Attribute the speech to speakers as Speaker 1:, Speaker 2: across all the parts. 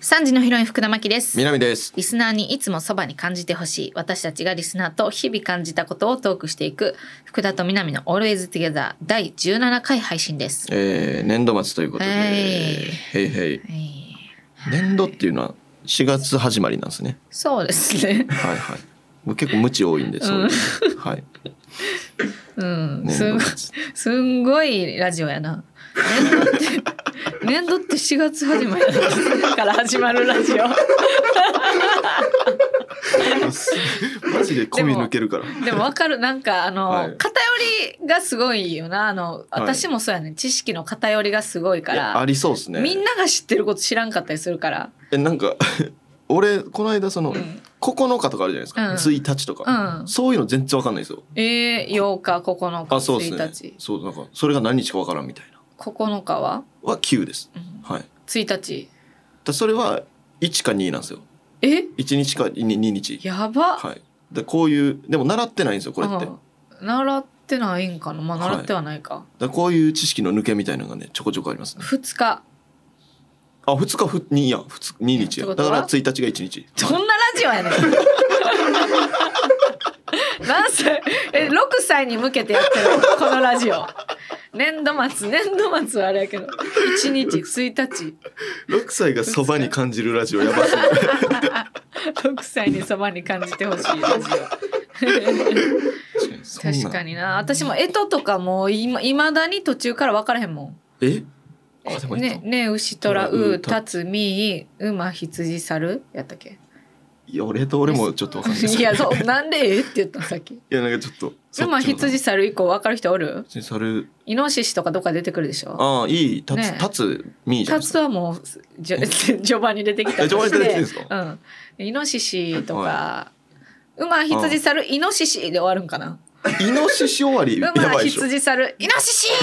Speaker 1: 3時のヒロイン福田真希です
Speaker 2: 南です。
Speaker 1: リスナーにいつもそばに感じてほしい私たちがリスナーと日々感じたことをトークしていく福田と南の Always Together 第17回配信です
Speaker 2: えー、年度末ということで、
Speaker 1: はい
Speaker 2: へいへい。
Speaker 1: はい
Speaker 2: 年度っていうのは4月始まりなんですね。
Speaker 1: そうですね
Speaker 2: はいはい。僕結構無知多いんで、そういうのはい。
Speaker 1: うん
Speaker 2: 年
Speaker 1: す
Speaker 2: 度
Speaker 1: ごい
Speaker 2: 末。
Speaker 1: すんごいラジオやな年度って年度って4月始まりから始まるラジオ
Speaker 2: マジで込み抜けるから。
Speaker 1: でもわかるなんかあの、
Speaker 2: はい
Speaker 1: 偏りがすごいよなあの私もそうやね、知識の偏りがすごいか
Speaker 2: いやあ
Speaker 1: ら
Speaker 2: りそうですね。
Speaker 1: みんなが知ってること知らんかったりするから
Speaker 2: えなんか 俺この間その、
Speaker 1: ん
Speaker 2: 9日とかあるじゃないですか、
Speaker 1: うん
Speaker 2: 1日とか、
Speaker 1: うん
Speaker 2: そういうの全然わかんないですよ。
Speaker 1: えー、8日9日
Speaker 2: あそうです
Speaker 1: 1
Speaker 2: ね
Speaker 1: 日、。
Speaker 2: そうなんかそれが何日かわからんみたいな
Speaker 1: 9日は
Speaker 2: は9です。はい。
Speaker 1: 1日
Speaker 2: だそれは1か2なんですよ。
Speaker 1: え
Speaker 2: 1日か 2, 日。
Speaker 1: やば、
Speaker 2: はい、でこういうでも習ってないんですよこれって、だか
Speaker 1: うん習ってないんかなまあ
Speaker 2: はい
Speaker 1: 習ってはないか、
Speaker 2: らこういう知識の抜けみたいなのがねちょこちょこありますね
Speaker 1: 2日
Speaker 2: あ2日ふにいやふつ2日や
Speaker 1: ってこ
Speaker 2: だ
Speaker 1: とは
Speaker 2: から1日が1日
Speaker 1: どんなラジオやねん 何歳え6歳に向けてやってるこのラジオ年度末年度末はあれやけど1日1日
Speaker 2: 6歳がそばに感じるラジオやばすぎる
Speaker 1: 6歳にそばに感じてほしいラジ オ
Speaker 2: そんな
Speaker 1: 確かにな私も干支とかもいま未だに途中から分からへんもん
Speaker 2: えあでもいいと
Speaker 1: ね、ね、牛、虎、
Speaker 2: 虎
Speaker 1: う、
Speaker 2: うた
Speaker 1: たつ、み、馬、羊、猿やったっけ。
Speaker 2: いや俺と俺もちょっとわかんないです
Speaker 1: いや、そう、なんで、えって言ったのさっ き。
Speaker 2: いやなんかちょっ とそっちの
Speaker 1: 馬、羊、猿以降、わかる人おる。
Speaker 2: 羊猿
Speaker 1: イノシシとか、どっか出てくるでしょ
Speaker 2: ああいい立つ
Speaker 1: ね
Speaker 2: 立つみーじゃな
Speaker 1: タ
Speaker 2: いです
Speaker 1: ツ
Speaker 2: か
Speaker 1: はもう、じょ、 序盤に出てきた
Speaker 2: え
Speaker 1: と
Speaker 2: 序盤
Speaker 1: し
Speaker 2: に出てきてるん
Speaker 1: て。
Speaker 2: ですか
Speaker 1: うん、イノシシとか。馬、羊、猿、イノシシで終わるんかな。
Speaker 2: イノシシ終わりや
Speaker 1: 馬、
Speaker 2: ばいでしょ
Speaker 1: 羊、猿、イノシシ。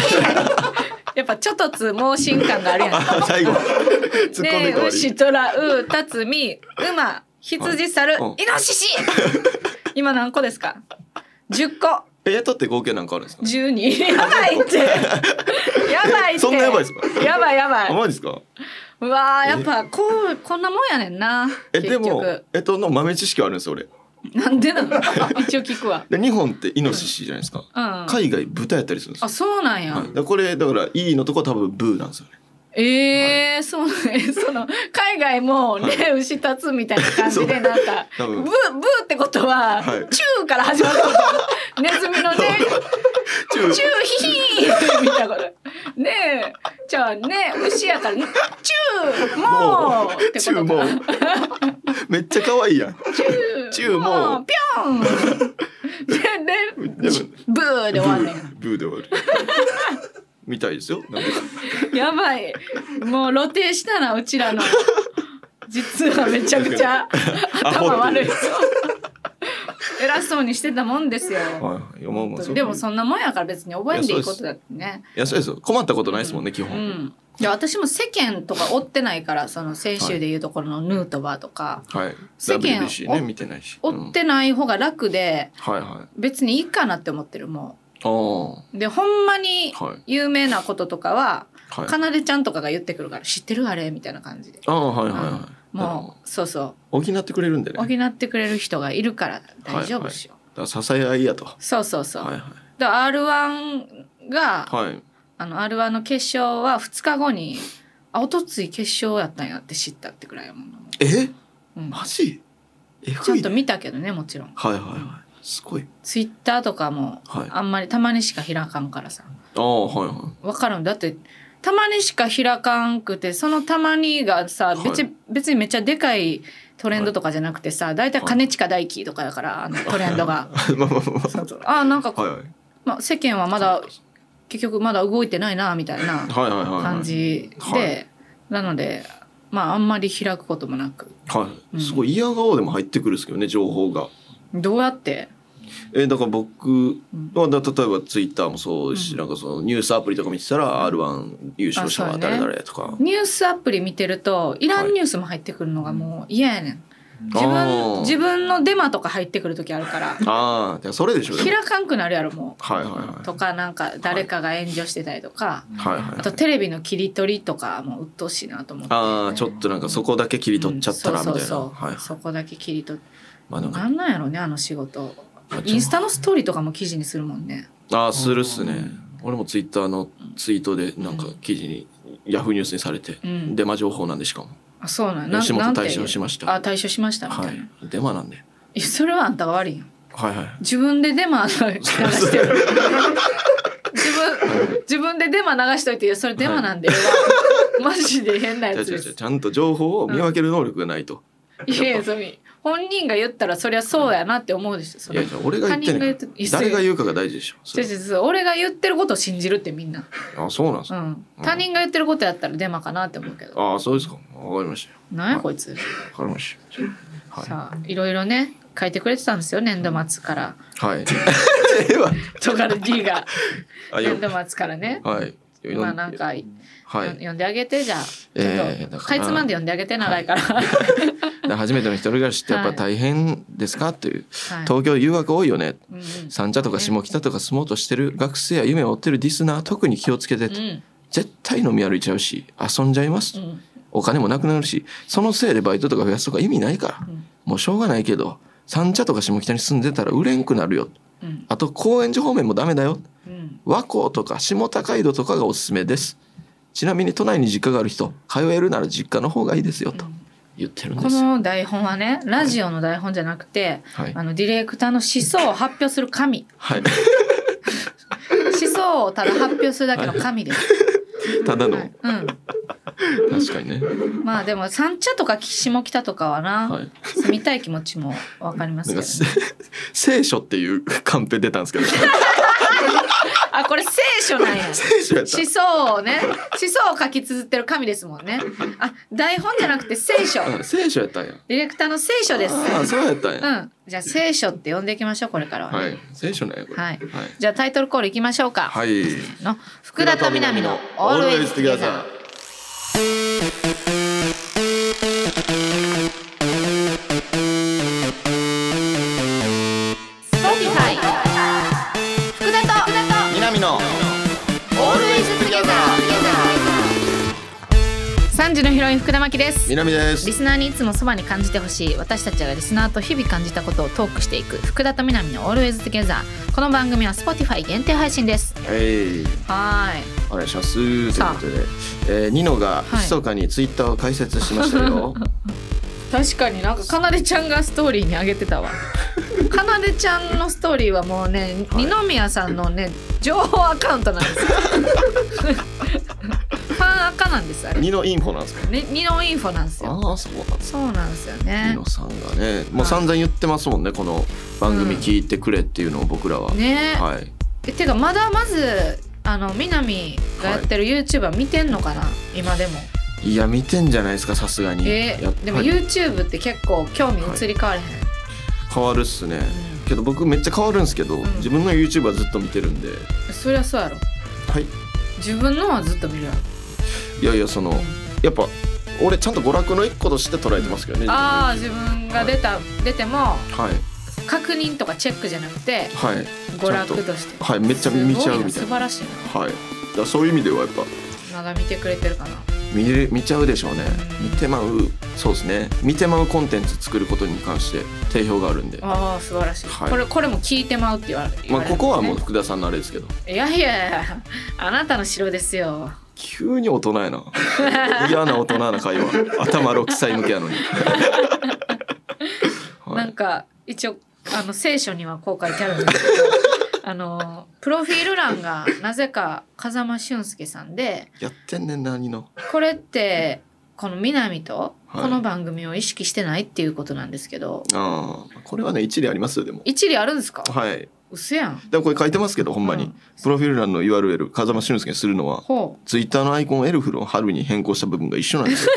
Speaker 1: やっぱ、ちょっとつ、盲信感があるやん。
Speaker 2: あ 最後突っ込んで終
Speaker 1: ね
Speaker 2: わり
Speaker 1: 牛トラウ タツミ馬羊猿、
Speaker 2: うん
Speaker 1: イノシシ今何個ですか10個
Speaker 2: えやったって合計なんかあるんですか
Speaker 1: 12やばいって やばいって
Speaker 2: そんなやばいですか
Speaker 1: やばいやば
Speaker 2: あ
Speaker 1: い
Speaker 2: マジですか
Speaker 1: うわーやっぱこうこんなもんやねんな
Speaker 2: え
Speaker 1: 結
Speaker 2: でも
Speaker 1: 局
Speaker 2: えっとの豆知識はあるんですよ俺
Speaker 1: なんでなの 一応聞くわ
Speaker 2: で日本ってイノシシじゃないですか、
Speaker 1: うんあ
Speaker 2: 海外豚やったりするんですよ、
Speaker 1: そうなんや、
Speaker 2: はい、だからこれだからいいのとこは多分ブーなんですよね
Speaker 1: ええそうねその海外もね、牛立つみたいな感じでなんか
Speaker 2: 多
Speaker 1: ブー
Speaker 2: 分
Speaker 1: ブーってことは、
Speaker 2: はい
Speaker 1: チューから始まる ことネズミのね
Speaker 2: チュー
Speaker 1: チューヒヒーみたいなことねえじゃあね牛やからねチューもうって
Speaker 2: チュ
Speaker 1: こ
Speaker 2: ー
Speaker 1: と
Speaker 2: も
Speaker 1: か
Speaker 2: うめっちゃ可愛いやんチューもう
Speaker 1: ピョ ンでで
Speaker 2: でも
Speaker 1: ブーで終わんねん
Speaker 2: ブーで終わるみた いですよなんか
Speaker 1: やばいもう露呈したなうちらの実はめちゃくちゃ頭悪いそう 偉そうにしてたもんですよ
Speaker 2: はい読まんも
Speaker 1: でもそんなもんやから別に覚えんでいいことだってね
Speaker 2: いやそうですよ困ったことないですもんね、基
Speaker 1: う
Speaker 2: 本、
Speaker 1: んいや私も世間とか追ってないからその先週でいうところのヌートバーとか、
Speaker 2: はい
Speaker 1: 世間
Speaker 2: WBC ね見てないしうん
Speaker 1: 追ってない方が楽で
Speaker 2: はいはいあ
Speaker 1: 別にいいかなって思ってるも
Speaker 2: あは
Speaker 1: うでほんまに
Speaker 2: はい
Speaker 1: 有名なこととかは、
Speaker 2: い
Speaker 1: かなでちゃんとかが言ってくるから知ってるあれみたいな感じで
Speaker 2: ああはいはいはい、
Speaker 1: もうそうそう
Speaker 2: 補ってくれるんでね
Speaker 1: 補
Speaker 2: だか
Speaker 1: ってくれる人がいるから大丈夫っしよ、
Speaker 2: ら支え合いやとは
Speaker 1: そうそうそう、
Speaker 2: いはい
Speaker 1: だから R1 が、
Speaker 2: はい
Speaker 1: あの R1 の決勝は2日後にあおとつい決勝やったんやって知ったってくらいやもんな、
Speaker 2: え
Speaker 1: うん、
Speaker 2: マジえ
Speaker 1: ちょっ
Speaker 2: ぐい
Speaker 1: と
Speaker 2: ね
Speaker 1: 見たけどねもちろん
Speaker 2: はいはいはいすごい
Speaker 1: ツイッターとかも
Speaker 2: はい
Speaker 1: あんまりたまにしか開かんからさ
Speaker 2: ああはいはい
Speaker 1: わかるんだってたまにしか開かんくてそのたまにがさ
Speaker 2: はい
Speaker 1: 別,、別にめっちゃでかいトレンドとかじゃなくてさ大体兼近大輝とかだからあのトレンド が
Speaker 2: まあまあまあ
Speaker 1: そうそうあなんか、
Speaker 2: まあはいはい
Speaker 1: まあ、世間はまだ結局まだ動いてないなみたいな
Speaker 2: はいはいはいはい
Speaker 1: 感じで、
Speaker 2: はいはい
Speaker 1: なのでまああんまり開くこともなく
Speaker 2: は
Speaker 1: うん
Speaker 2: いすごい嫌顔でも入ってくるんですけどね情報が
Speaker 1: どうやって
Speaker 2: えだから僕はだ例えばツイッターもそうですし、なんかそのニュースアプリとか見てたら r 1優勝者
Speaker 1: あそ
Speaker 2: は
Speaker 1: うね
Speaker 2: 誰々とか、
Speaker 1: ニュースアプリ見てるといらんニュースも入ってくるのがもう嫌やねん、自
Speaker 2: あ
Speaker 1: 分
Speaker 2: ー
Speaker 1: 自分のデマとか入ってくる時あるから
Speaker 2: ああ、でもそれでしょうね。
Speaker 1: 開かんくなるやろも
Speaker 2: はいはいは
Speaker 1: う
Speaker 2: い。
Speaker 1: とかなんか誰かが炎上してたりとか、
Speaker 2: はいはい
Speaker 1: あとテレビの切り取りとかも鬱陶しいなと思って。
Speaker 2: ああ、ちょっとなんかそこだけ切り取っちゃったらみたい
Speaker 1: うんそう
Speaker 2: な。
Speaker 1: そうそう
Speaker 2: はいはい。
Speaker 1: そこだけ切り取っ
Speaker 2: まあなん
Speaker 1: な
Speaker 2: か、
Speaker 1: んなんやろねあの仕事
Speaker 2: まあ
Speaker 1: インスタのストーリーとかも記事にするもんね
Speaker 2: ああ、するっすね。俺もツイッターのツイートでなんか記事に、ヤフーニュースにされて、
Speaker 1: うん
Speaker 2: デマ情報なんでしかも。
Speaker 1: あそうなんなん
Speaker 2: 吉本
Speaker 1: なんて
Speaker 2: 退所しました
Speaker 1: あ退所しましたみたい
Speaker 2: は
Speaker 1: な、い
Speaker 2: い。デマなんで。
Speaker 1: や、それはあんたが悪いよ
Speaker 2: はいはい。
Speaker 1: 自分でデマ流してる自分自分でデマ流しといていやそれデマなんで、マジで変な
Speaker 2: 違う
Speaker 1: やつ
Speaker 2: 違
Speaker 1: で
Speaker 2: う違う
Speaker 1: す
Speaker 2: ちゃんと情報を見分ける能力がないと。
Speaker 1: いやいやそれ本人が言ったらそりゃそうやなって思うでしょそ
Speaker 2: い
Speaker 1: れ
Speaker 2: やいや、俺が言って
Speaker 1: 他人が
Speaker 2: ね
Speaker 1: 言
Speaker 2: ん
Speaker 1: って
Speaker 2: から誰が言うかが大事でしょ。そ
Speaker 1: 違う
Speaker 2: れ
Speaker 1: 違う違う俺が言ってることを信じるってみんな、
Speaker 2: あ、そうなんす
Speaker 1: う
Speaker 2: か。
Speaker 1: ん、他人が言ってることやったらデマかなって思うけど
Speaker 2: ああ、そうですか。わかりましたよ。
Speaker 1: なんやこいつ
Speaker 2: わかりましたよ。は
Speaker 1: さあいろいろね書いてくれてたんですよ年度末から
Speaker 2: い。はい。 ええわ。
Speaker 1: とかの D が
Speaker 2: あ、よ
Speaker 1: 年。度末からね
Speaker 2: はい。読
Speaker 1: まあなんか、
Speaker 2: は
Speaker 1: よ
Speaker 2: い。
Speaker 1: 読んであげてじゃあちょ
Speaker 2: え
Speaker 1: っ
Speaker 2: ーだ
Speaker 1: と
Speaker 2: から
Speaker 1: かいつまんで読んであげて長いから
Speaker 2: で初めての一人暮らしってやっぱ大変ですかっていう、
Speaker 1: はい
Speaker 2: 東京留学多いよね
Speaker 1: うん
Speaker 2: 三茶とか下北とか住もうとしてる学生や夢を追ってるリスナー特に気をつけて、
Speaker 1: うん
Speaker 2: 絶対飲み歩いちゃうし遊んじゃいます、
Speaker 1: うん
Speaker 2: お金もなくなるしそのせいでバイトとか増やすとか意味ないから、
Speaker 1: うん
Speaker 2: もうしょうがないけど三茶とか下北に住んでたら売れんくなるよ
Speaker 1: うん
Speaker 2: あと高円寺方面もダメだよ
Speaker 1: うん
Speaker 2: 和光とか下高井戸とかがおすすめですちなみに都内に実家がある人通えるなら実家の方がいいですよと言ってるん
Speaker 1: こ
Speaker 2: ですよ、
Speaker 1: の台本はねラジオの台本じゃなくて、
Speaker 2: はい
Speaker 1: あのディレクターの思想を発表する神
Speaker 2: はい
Speaker 1: 思想をただ発表するだけの神です、
Speaker 2: ただの、
Speaker 1: はいうん、
Speaker 2: 確かにね。
Speaker 1: まあでも三茶とか下北とかはな、
Speaker 2: はい。
Speaker 1: 住みたい気持ちもわかります
Speaker 2: な
Speaker 1: け
Speaker 2: んか
Speaker 1: ど、
Speaker 2: せ聖書っていうカンペ出たんですけど。
Speaker 1: あこれ聖書なんや
Speaker 2: 聖書やった
Speaker 1: 思。想をね思想を書き綴ってる神ですもんねあ台本じゃなくて聖書
Speaker 2: あ聖書やったんや。
Speaker 1: ディレクターの聖書です
Speaker 2: ああ、そうやったん
Speaker 1: う
Speaker 2: や。
Speaker 1: んじゃあ聖書って呼んでいきましょうこれからはね、
Speaker 2: はい。聖書なんやこれ。
Speaker 1: は
Speaker 2: はいい。
Speaker 1: じゃあタイトルコールいきましょうか、
Speaker 2: はい。
Speaker 1: の福田と南の「オールウェイズ・トゥゲザー」Spotify 福田と
Speaker 2: 南の。
Speaker 1: Always Together 3時のヒロイン福田真希です
Speaker 2: 南で
Speaker 1: リ
Speaker 2: す。
Speaker 1: スナーにいつもそばに感じてほしい私たちがリスナーと日々感じたことをトークしていく福田と南の Always Together この番組は Spotify 限定配信です
Speaker 2: はい。
Speaker 1: はーい
Speaker 2: お願いします。ということで、えー、ニノ
Speaker 1: は
Speaker 2: が
Speaker 1: い
Speaker 2: 密かにツイッターを開設しました よ。
Speaker 1: 確かになんかかなでちゃんがストーリーにあげてた わかなでちゃんのストーリーはもうね、
Speaker 2: はい
Speaker 1: 二宮さんのね情報アカウントなんです よファンアカなんですあれ、ね、
Speaker 2: ニノインフォなんですか。
Speaker 1: 二のインフォなんですよ
Speaker 2: ああ、そうなんですね
Speaker 1: そうなんですよ
Speaker 2: ニ
Speaker 1: ね
Speaker 2: ノさんがね、もう散々言ってますもんね、この番組聞いてくれっていうのを僕らは。
Speaker 1: ね
Speaker 2: はい。
Speaker 1: えてかまだまずあの南がやってる YouTuber 見てんのかな、今でも
Speaker 2: いや見てんじゃないですかさすがに、
Speaker 1: え
Speaker 2: やっぱり
Speaker 1: でも YouTube って結構興味移り変われへん、
Speaker 2: 変わるっすねけど僕めっちゃ変わるんですけど、
Speaker 1: ん
Speaker 2: 自分の YouTube はずっと見てるんで
Speaker 1: うん、そりゃそうやろ
Speaker 2: はい
Speaker 1: 自分のはずっと見るやろ
Speaker 2: いやいやそのやっぱ俺ちゃんと娯楽の一個として捉えてますけどね、
Speaker 1: ああ自分が出た、出ても
Speaker 2: はい
Speaker 1: 確認とかチェックじゃなくて
Speaker 2: はい
Speaker 1: 娯楽として
Speaker 2: はいめっちゃ見ちゃうみ
Speaker 1: す
Speaker 2: た
Speaker 1: ご
Speaker 2: い
Speaker 1: いな素晴
Speaker 2: な
Speaker 1: らしいな
Speaker 2: はいだからそういう意味ではやっぱ
Speaker 1: まだ見てくれてるかな
Speaker 2: 見れ見ちゃうでしょうね
Speaker 1: うん
Speaker 2: 見てまうそうですね見てまうコンテンツ作ることに関して定評があるんで
Speaker 1: ああ素晴らしい、
Speaker 2: はい
Speaker 1: これこれも聞いてまうって言われ言
Speaker 2: ま
Speaker 1: わ
Speaker 2: あ
Speaker 1: れるんですね
Speaker 2: ここはもう福田さんのあれですけど
Speaker 1: いやいやいやあなたの城ですよ
Speaker 2: 急に大人やな嫌な大人な会話頭6歳向けやのに は
Speaker 1: なん
Speaker 2: い、
Speaker 1: か一応あの聖書にはこう書いてあるんですけ どあのプロフィール欄がなぜか風間俊介さんで
Speaker 2: やってんねんな兄の
Speaker 1: これってこの南と
Speaker 2: はい
Speaker 1: この番組を意識してないっていうことなんですけど、
Speaker 2: ああこれはね一理ありますよでも
Speaker 1: 一理あるんですか
Speaker 2: はい
Speaker 1: 嘘やん
Speaker 2: でもこれ書いてますけどほんまに、
Speaker 1: うん
Speaker 2: プロフィール欄の URL 風間俊介にするのは
Speaker 1: ほ
Speaker 2: ツイッターのアイコンをエルフの春に変更した部分が一緒なん ですよ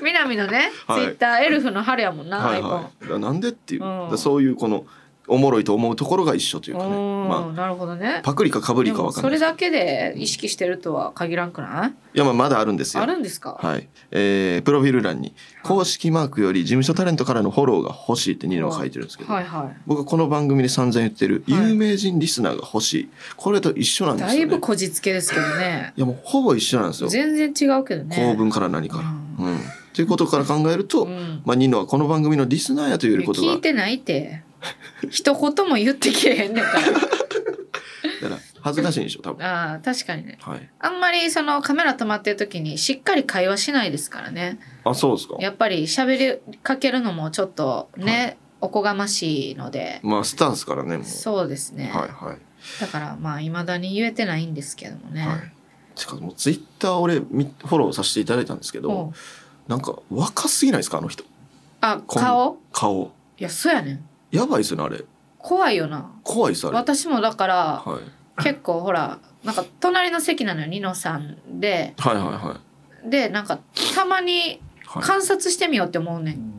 Speaker 1: う 南のね、
Speaker 2: はい
Speaker 1: ツイッターエルフの春やもんな、
Speaker 2: はい
Speaker 1: アイコン
Speaker 2: はいだからなんでっていう、
Speaker 1: うん
Speaker 2: だからそういうこのおもろいと思うところが一緒というかね
Speaker 1: おー
Speaker 2: ま
Speaker 1: なるほどね
Speaker 2: あパクリかかぶりかわか
Speaker 1: でもそ
Speaker 2: んない
Speaker 1: れ
Speaker 2: い
Speaker 1: だけで意識してるとは限らんくない
Speaker 2: やまあまだあるんですよ
Speaker 1: あるんですか、
Speaker 2: はいえー、プロフィール欄に公式マークより事務所タレントからのフォローが欲しいってニーノが書いてるんですけど、
Speaker 1: はいはい
Speaker 2: 僕はこの番組で散々言ってる
Speaker 1: はい
Speaker 2: 有名人リスナーが欲しい、これと一緒なんですよ
Speaker 1: だ
Speaker 2: ね
Speaker 1: いぶこじつけですけどね
Speaker 2: いやもうほぼ一緒なんですよ、
Speaker 1: 全然違うけどね
Speaker 2: 構文から何から。うんということから考えると、
Speaker 1: うん
Speaker 2: まあ、ニーノはこの番組のリスナーやということが
Speaker 1: 聞いてないって一言も言ってけえへんねんか
Speaker 2: だから恥ずかしいんでしょ多分。
Speaker 1: らああ確かにね
Speaker 2: はい、
Speaker 1: あんまりそのカメラ止まってる時にしっかり会話しないですからね
Speaker 2: あそうですか
Speaker 1: やっぱり喋りかけるのもちょっとね、おこがましいので
Speaker 2: まあスターですからねもう
Speaker 1: そうですね、
Speaker 2: はいはい、
Speaker 1: だからまあいまだに言えてないんですけどもね、
Speaker 2: はい、しかもツイッター俺みフォローさせていただいたんですけ
Speaker 1: お
Speaker 2: ど
Speaker 1: う
Speaker 2: なんか若すぎないですかあの人
Speaker 1: あ
Speaker 2: こん
Speaker 1: 顔
Speaker 2: 顔
Speaker 1: いやそうやねん
Speaker 2: やばいですよねあれ
Speaker 1: 怖いよな
Speaker 2: 怖いですあれ、
Speaker 1: 私もだから
Speaker 2: はい、
Speaker 1: 結構ほらなんか隣の席なのよニノさんで
Speaker 2: はいはいはい
Speaker 1: でなんかたまに
Speaker 2: はい
Speaker 1: 観察してみようって思うねん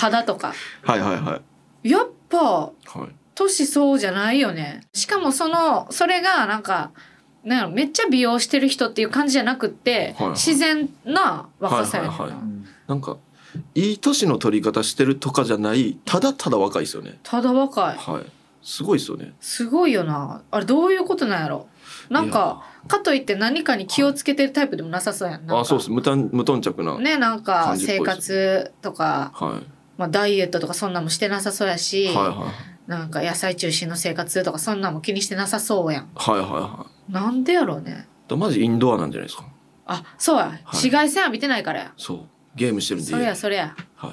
Speaker 1: 肌とか
Speaker 2: はいはいはい
Speaker 1: やっぱ
Speaker 2: はい
Speaker 1: 年そうじゃないよねしかもそのそれがなんかなんやろめっちゃ美容してる人っていう感じじゃなくって、
Speaker 2: はいはい
Speaker 1: 自然な若さやねんな、
Speaker 2: はいはいはなんかいい年の取り方してるとかじゃないただただ若いですよね
Speaker 1: ただ若い
Speaker 2: はいすごいですよね
Speaker 1: すごいよなあれどういうことなんやろなんかかといって何かに気をつけてるタイプでもなさそうやんなんか
Speaker 2: あそうです無頓無頓着な、
Speaker 1: ねなんか
Speaker 2: 感じっ
Speaker 1: 生
Speaker 2: ぽいです
Speaker 1: 活とか、
Speaker 2: はい
Speaker 1: まあ、ダイエットとかそんなんもしてなさそうやし、
Speaker 2: はいはい
Speaker 1: なんか野菜中心の生活とかそんなんも気にしてなさそうやん
Speaker 2: はいはいは
Speaker 1: なんでやろうね
Speaker 2: いだマジインドアなんじゃないですか
Speaker 1: あそうや、紫外線浴びてないからや
Speaker 2: そうゲームしてるんで
Speaker 1: それやそれや
Speaker 2: はい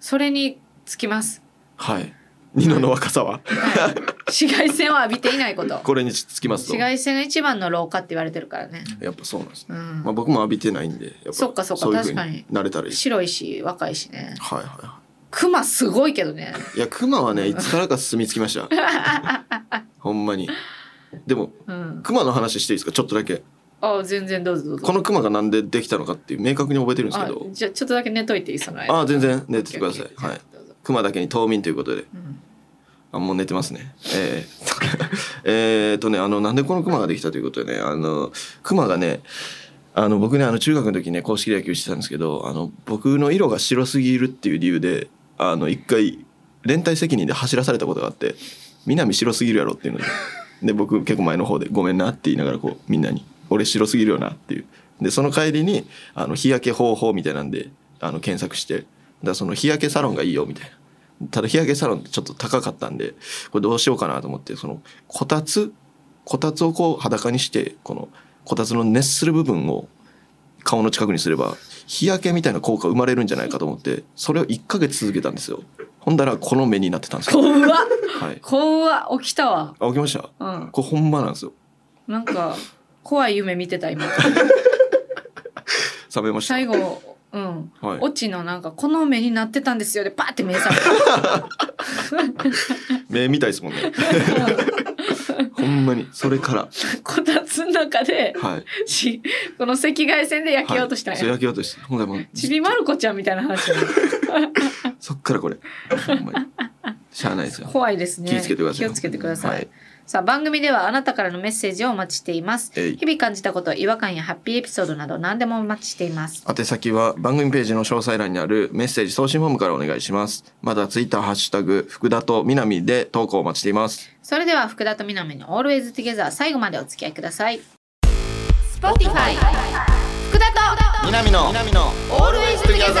Speaker 1: それにつきます、
Speaker 2: はいニノの若さは
Speaker 1: はい、紫外線は浴びていないこと
Speaker 2: これにつきますと
Speaker 1: 紫外線が一番の老化って言われてるからね、
Speaker 2: やっぱそうなんですね、
Speaker 1: うん
Speaker 2: まあ、僕も浴びてないんでやっぱ
Speaker 1: そっかそっか
Speaker 2: ういう風
Speaker 1: 確かに
Speaker 2: 慣れたらいいです
Speaker 1: 白いし若いしね
Speaker 2: はいはいは
Speaker 1: クマすごいけどね
Speaker 2: いいやクマはねいつからか住み着きました ほんまにでも
Speaker 1: うん
Speaker 2: クマの話していいですかちょっとだけ
Speaker 1: あ全然どうぞどうぞ
Speaker 2: このクマがなんでできたのかっていう明確に覚えてるんですけど
Speaker 1: あじゃあちょっとだけ寝といていいその間
Speaker 2: ああ全然寝ててください
Speaker 1: オッケーオッケー
Speaker 2: はい
Speaker 1: じゃあどうぞ
Speaker 2: クマだけに冬眠ということで
Speaker 1: うん
Speaker 2: あもう寝てますね。えー、えーとねあのなんでこのクマができたということでねあのクマがねあの僕ねあの中学の時ね公式で野球してたんですけどあの僕の色が白すぎるっていう理由であの一回連帯責任で走らされたことがあって「南白すぎるやろ」っていうのでで僕結構前の方で「ごめんな」って言いながらこうみんなに「俺白すぎるよな」っていうでその帰りにあの日焼け方法みたいなんであの検索してだからその日焼けサロンがいいよみたいな。ただ日焼けサロンってちょっと高かったんでこれどうしようかなと思ってそのこたつこたつをこう裸にしてこのこたつの熱する部分を顔の近くにすれば日焼けみたいな効果生まれるんじゃないかと思ってそれを1ヶ月続けたんですよほんだらこの目になってたん ですよ
Speaker 1: 怖っ
Speaker 2: はい
Speaker 1: 怖っ起きたわ
Speaker 2: あ起きました
Speaker 1: うん
Speaker 2: これほんまなんですよ
Speaker 1: なんか怖い夢見てた今
Speaker 2: 冷めました
Speaker 1: 最後うん
Speaker 2: はい
Speaker 1: オチのなんかこの目になってたんですよでパーって目覚め
Speaker 2: 目みたいですもん ねほんまにそれから
Speaker 1: たこたつの中で
Speaker 2: はい
Speaker 1: しこの赤外線で焼けようとしたん
Speaker 2: はいそう
Speaker 1: や
Speaker 2: 焼けようとしてほんでもう
Speaker 1: ちびまる子ちゃんみたいな話やね
Speaker 2: そっからこれほんまにしゃあないですよ
Speaker 1: 怖いですね
Speaker 2: 気をつけてください
Speaker 1: 気をつけてください、
Speaker 2: はい
Speaker 1: さあ番組ではあなたからのメッセージをお待ちしています
Speaker 2: えい
Speaker 1: 日々感じたこと違和感やハッピーエピソードなど何でもお待ちしています
Speaker 2: 宛先は番組ページの詳細欄にあるメッセージ送信フォームからお願いします。まだツイッターハッシュタグ、福田と南で投稿お待ちしています。
Speaker 1: それでは福田と南の Always Together 最後までお付き合いください Spotify 福田と
Speaker 2: 南の、南の、
Speaker 1: Always Together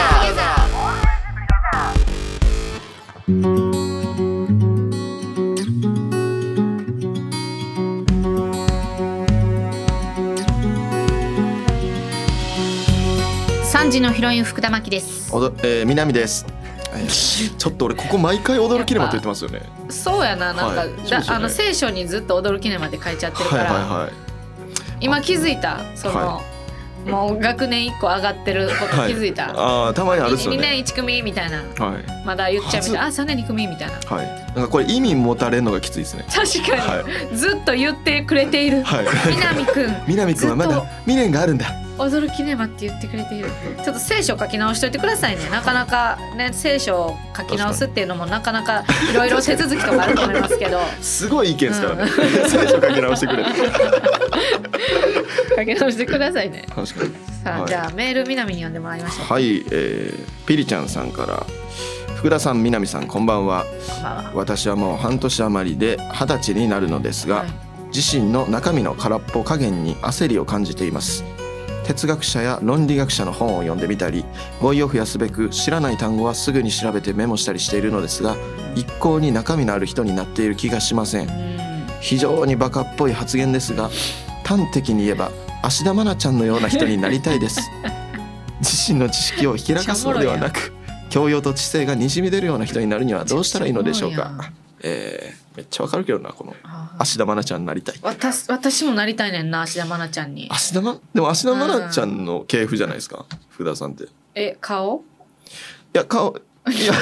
Speaker 1: 3時のヒロイン福田真希です
Speaker 2: おど、えー、南です。えーちょっと俺ここ毎回驚きれまと言ってますよね。
Speaker 1: そうやななんか、
Speaker 2: はいそ
Speaker 1: だ
Speaker 2: うですよね
Speaker 1: あの聖書にずっと「驚きね」まで書いちゃってる
Speaker 2: は
Speaker 1: か
Speaker 2: い
Speaker 1: ら、
Speaker 2: は
Speaker 1: 今気づいたその、
Speaker 2: は
Speaker 1: もう学年1個上がってるこ
Speaker 2: いはい。
Speaker 1: と
Speaker 2: はい、
Speaker 1: 気づいた、
Speaker 2: ああ、たまにあるっすよ
Speaker 1: 2
Speaker 2: ね。
Speaker 1: 年1組みたいな
Speaker 2: はい。
Speaker 1: まだ言っちゃうみたいなあ3年2組みたいな
Speaker 2: はい。なんかこれ意味持たれるのがきついですね。
Speaker 1: 確かに、
Speaker 2: は
Speaker 1: ずっと言ってくれている、
Speaker 2: はい。
Speaker 1: 南くん
Speaker 2: 南君はま
Speaker 1: ずっ
Speaker 2: だ
Speaker 1: と
Speaker 2: 未練があるんだ。
Speaker 1: 驚きねばって言ってくれているちょっと聖書書き直しといてくださいねなかなかね聖書を書き直すっていうのもなかなかいろいろ手続きとかあると思いますけど
Speaker 2: すごい意見ですからね。聖書書き直してくれ。
Speaker 1: 書き直してくださいね
Speaker 2: 確かに。
Speaker 1: さあ、
Speaker 2: はい
Speaker 1: じゃあメール南に読んでもらいましょう
Speaker 2: はい、えー、ピリちゃんさんから。福田さん、南さん、こんばんは。
Speaker 1: こんばんは
Speaker 2: 私はもう半年余りで二十歳になるのですが、
Speaker 1: はい
Speaker 2: 自身の中身の空っぽ加減に焦りを感じています哲学者や論理学者の本を読んでみたり語彙を増やすべく知らない単語はすぐに調べてメモしたりしているのですが一向に中身のある人になっている気がしません
Speaker 1: うん
Speaker 2: 非常にバカっぽい発言ですが端的に言えば芦田愛菜ちゃんのような人になりたいです自身の知識をひきらかすのではなく教養と知性がにじみ出るような人になるにはどうしたらいいのでしょう
Speaker 1: めっちゃおもろい
Speaker 2: かえーめっちゃわかるけどなこの
Speaker 1: あー
Speaker 2: 芦田愛菜ちゃんになりたい
Speaker 1: 私私もなりたいねんな芦田愛菜ちゃんに
Speaker 2: 芦田までも芦田愛菜ちゃんの系譜じゃないですか福田さんってい
Speaker 1: え顔
Speaker 2: や顔いや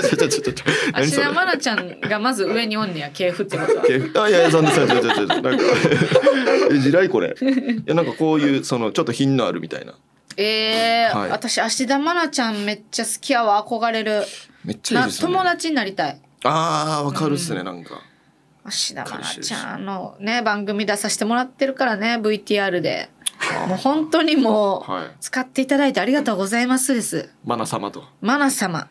Speaker 2: ちょちょちょちょちょ何
Speaker 1: 芦
Speaker 2: それ
Speaker 1: 田愛菜ちゃんがまず上におんねや系譜ってことは
Speaker 2: 系譜あいやいやそんなそんなちょちょちょなんかえ地雷これいやなんかこういうそのちょっと品のあるみたいな
Speaker 1: えー
Speaker 2: はい
Speaker 1: 私芦田愛菜ちゃんめっちゃ好きやわ憧れる
Speaker 2: めっちゃい
Speaker 1: な
Speaker 2: いですよね
Speaker 1: 友達になりたい
Speaker 2: ああわかるっすね、なんか
Speaker 1: 芦田愛菜ちゃんのね番組出させてもらってるからね VTR でもう本当にもう、
Speaker 2: はい
Speaker 1: 使っていただいてありがとうございますです
Speaker 2: マナ様と
Speaker 1: マナ様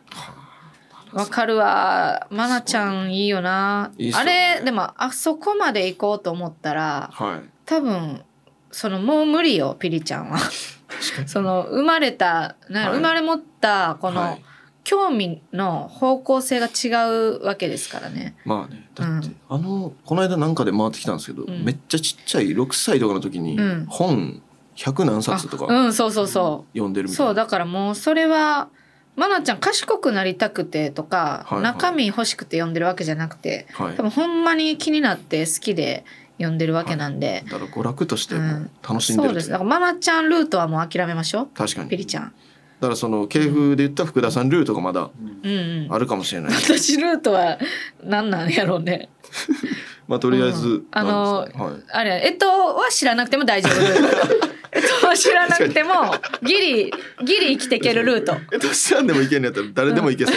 Speaker 1: わかるわマナちゃんいいよない
Speaker 2: いっす
Speaker 1: あ
Speaker 2: よね
Speaker 1: れでもあそこまで行こうと思ったら
Speaker 2: はい
Speaker 1: 多分そのもう無理よピリちゃんはその生まれた、な
Speaker 2: はい
Speaker 1: 生まれ持ったこの、
Speaker 2: はい
Speaker 1: 興味の方向性が違うわけですからね
Speaker 2: まあねだって、あのこの間なんかで回ってきたんですけど、
Speaker 1: うん
Speaker 2: めっちゃちっちゃい6歳とかの時に
Speaker 1: うん
Speaker 2: 本100何冊と
Speaker 1: あ
Speaker 2: か
Speaker 1: うんそうそうそ
Speaker 2: 読んで
Speaker 1: う
Speaker 2: るみたいな、
Speaker 1: そうだからもうそれはまなちゃん賢くなりたくてとか、
Speaker 2: はいはい
Speaker 1: 中身欲しくて読んでるわけじゃなくて
Speaker 2: はい
Speaker 1: 多分ほんまに気になって好きで読んでるわけなんで、
Speaker 2: だから娯楽として
Speaker 1: う
Speaker 2: も
Speaker 1: ん
Speaker 2: 楽しんで
Speaker 1: そう
Speaker 2: る
Speaker 1: で
Speaker 2: と
Speaker 1: す
Speaker 2: い
Speaker 1: だ
Speaker 2: う、
Speaker 1: からまなちゃんルートはもう諦めましょう
Speaker 2: 確かに
Speaker 1: ピリちゃん
Speaker 2: だからその系譜で言った福田さんルートがまだ
Speaker 1: うんうん
Speaker 2: あるかもしれない、
Speaker 1: 私ルートは何なんやろう ね
Speaker 2: まあとりあえず、
Speaker 1: うんあの
Speaker 2: なんですかねはい、
Speaker 1: あれえっとは知らなくても大丈 夫ルートえっとは知らなくてもギリギリ生きていけるルート
Speaker 2: えどうしたんでもいけんのやったら誰でもいけそう、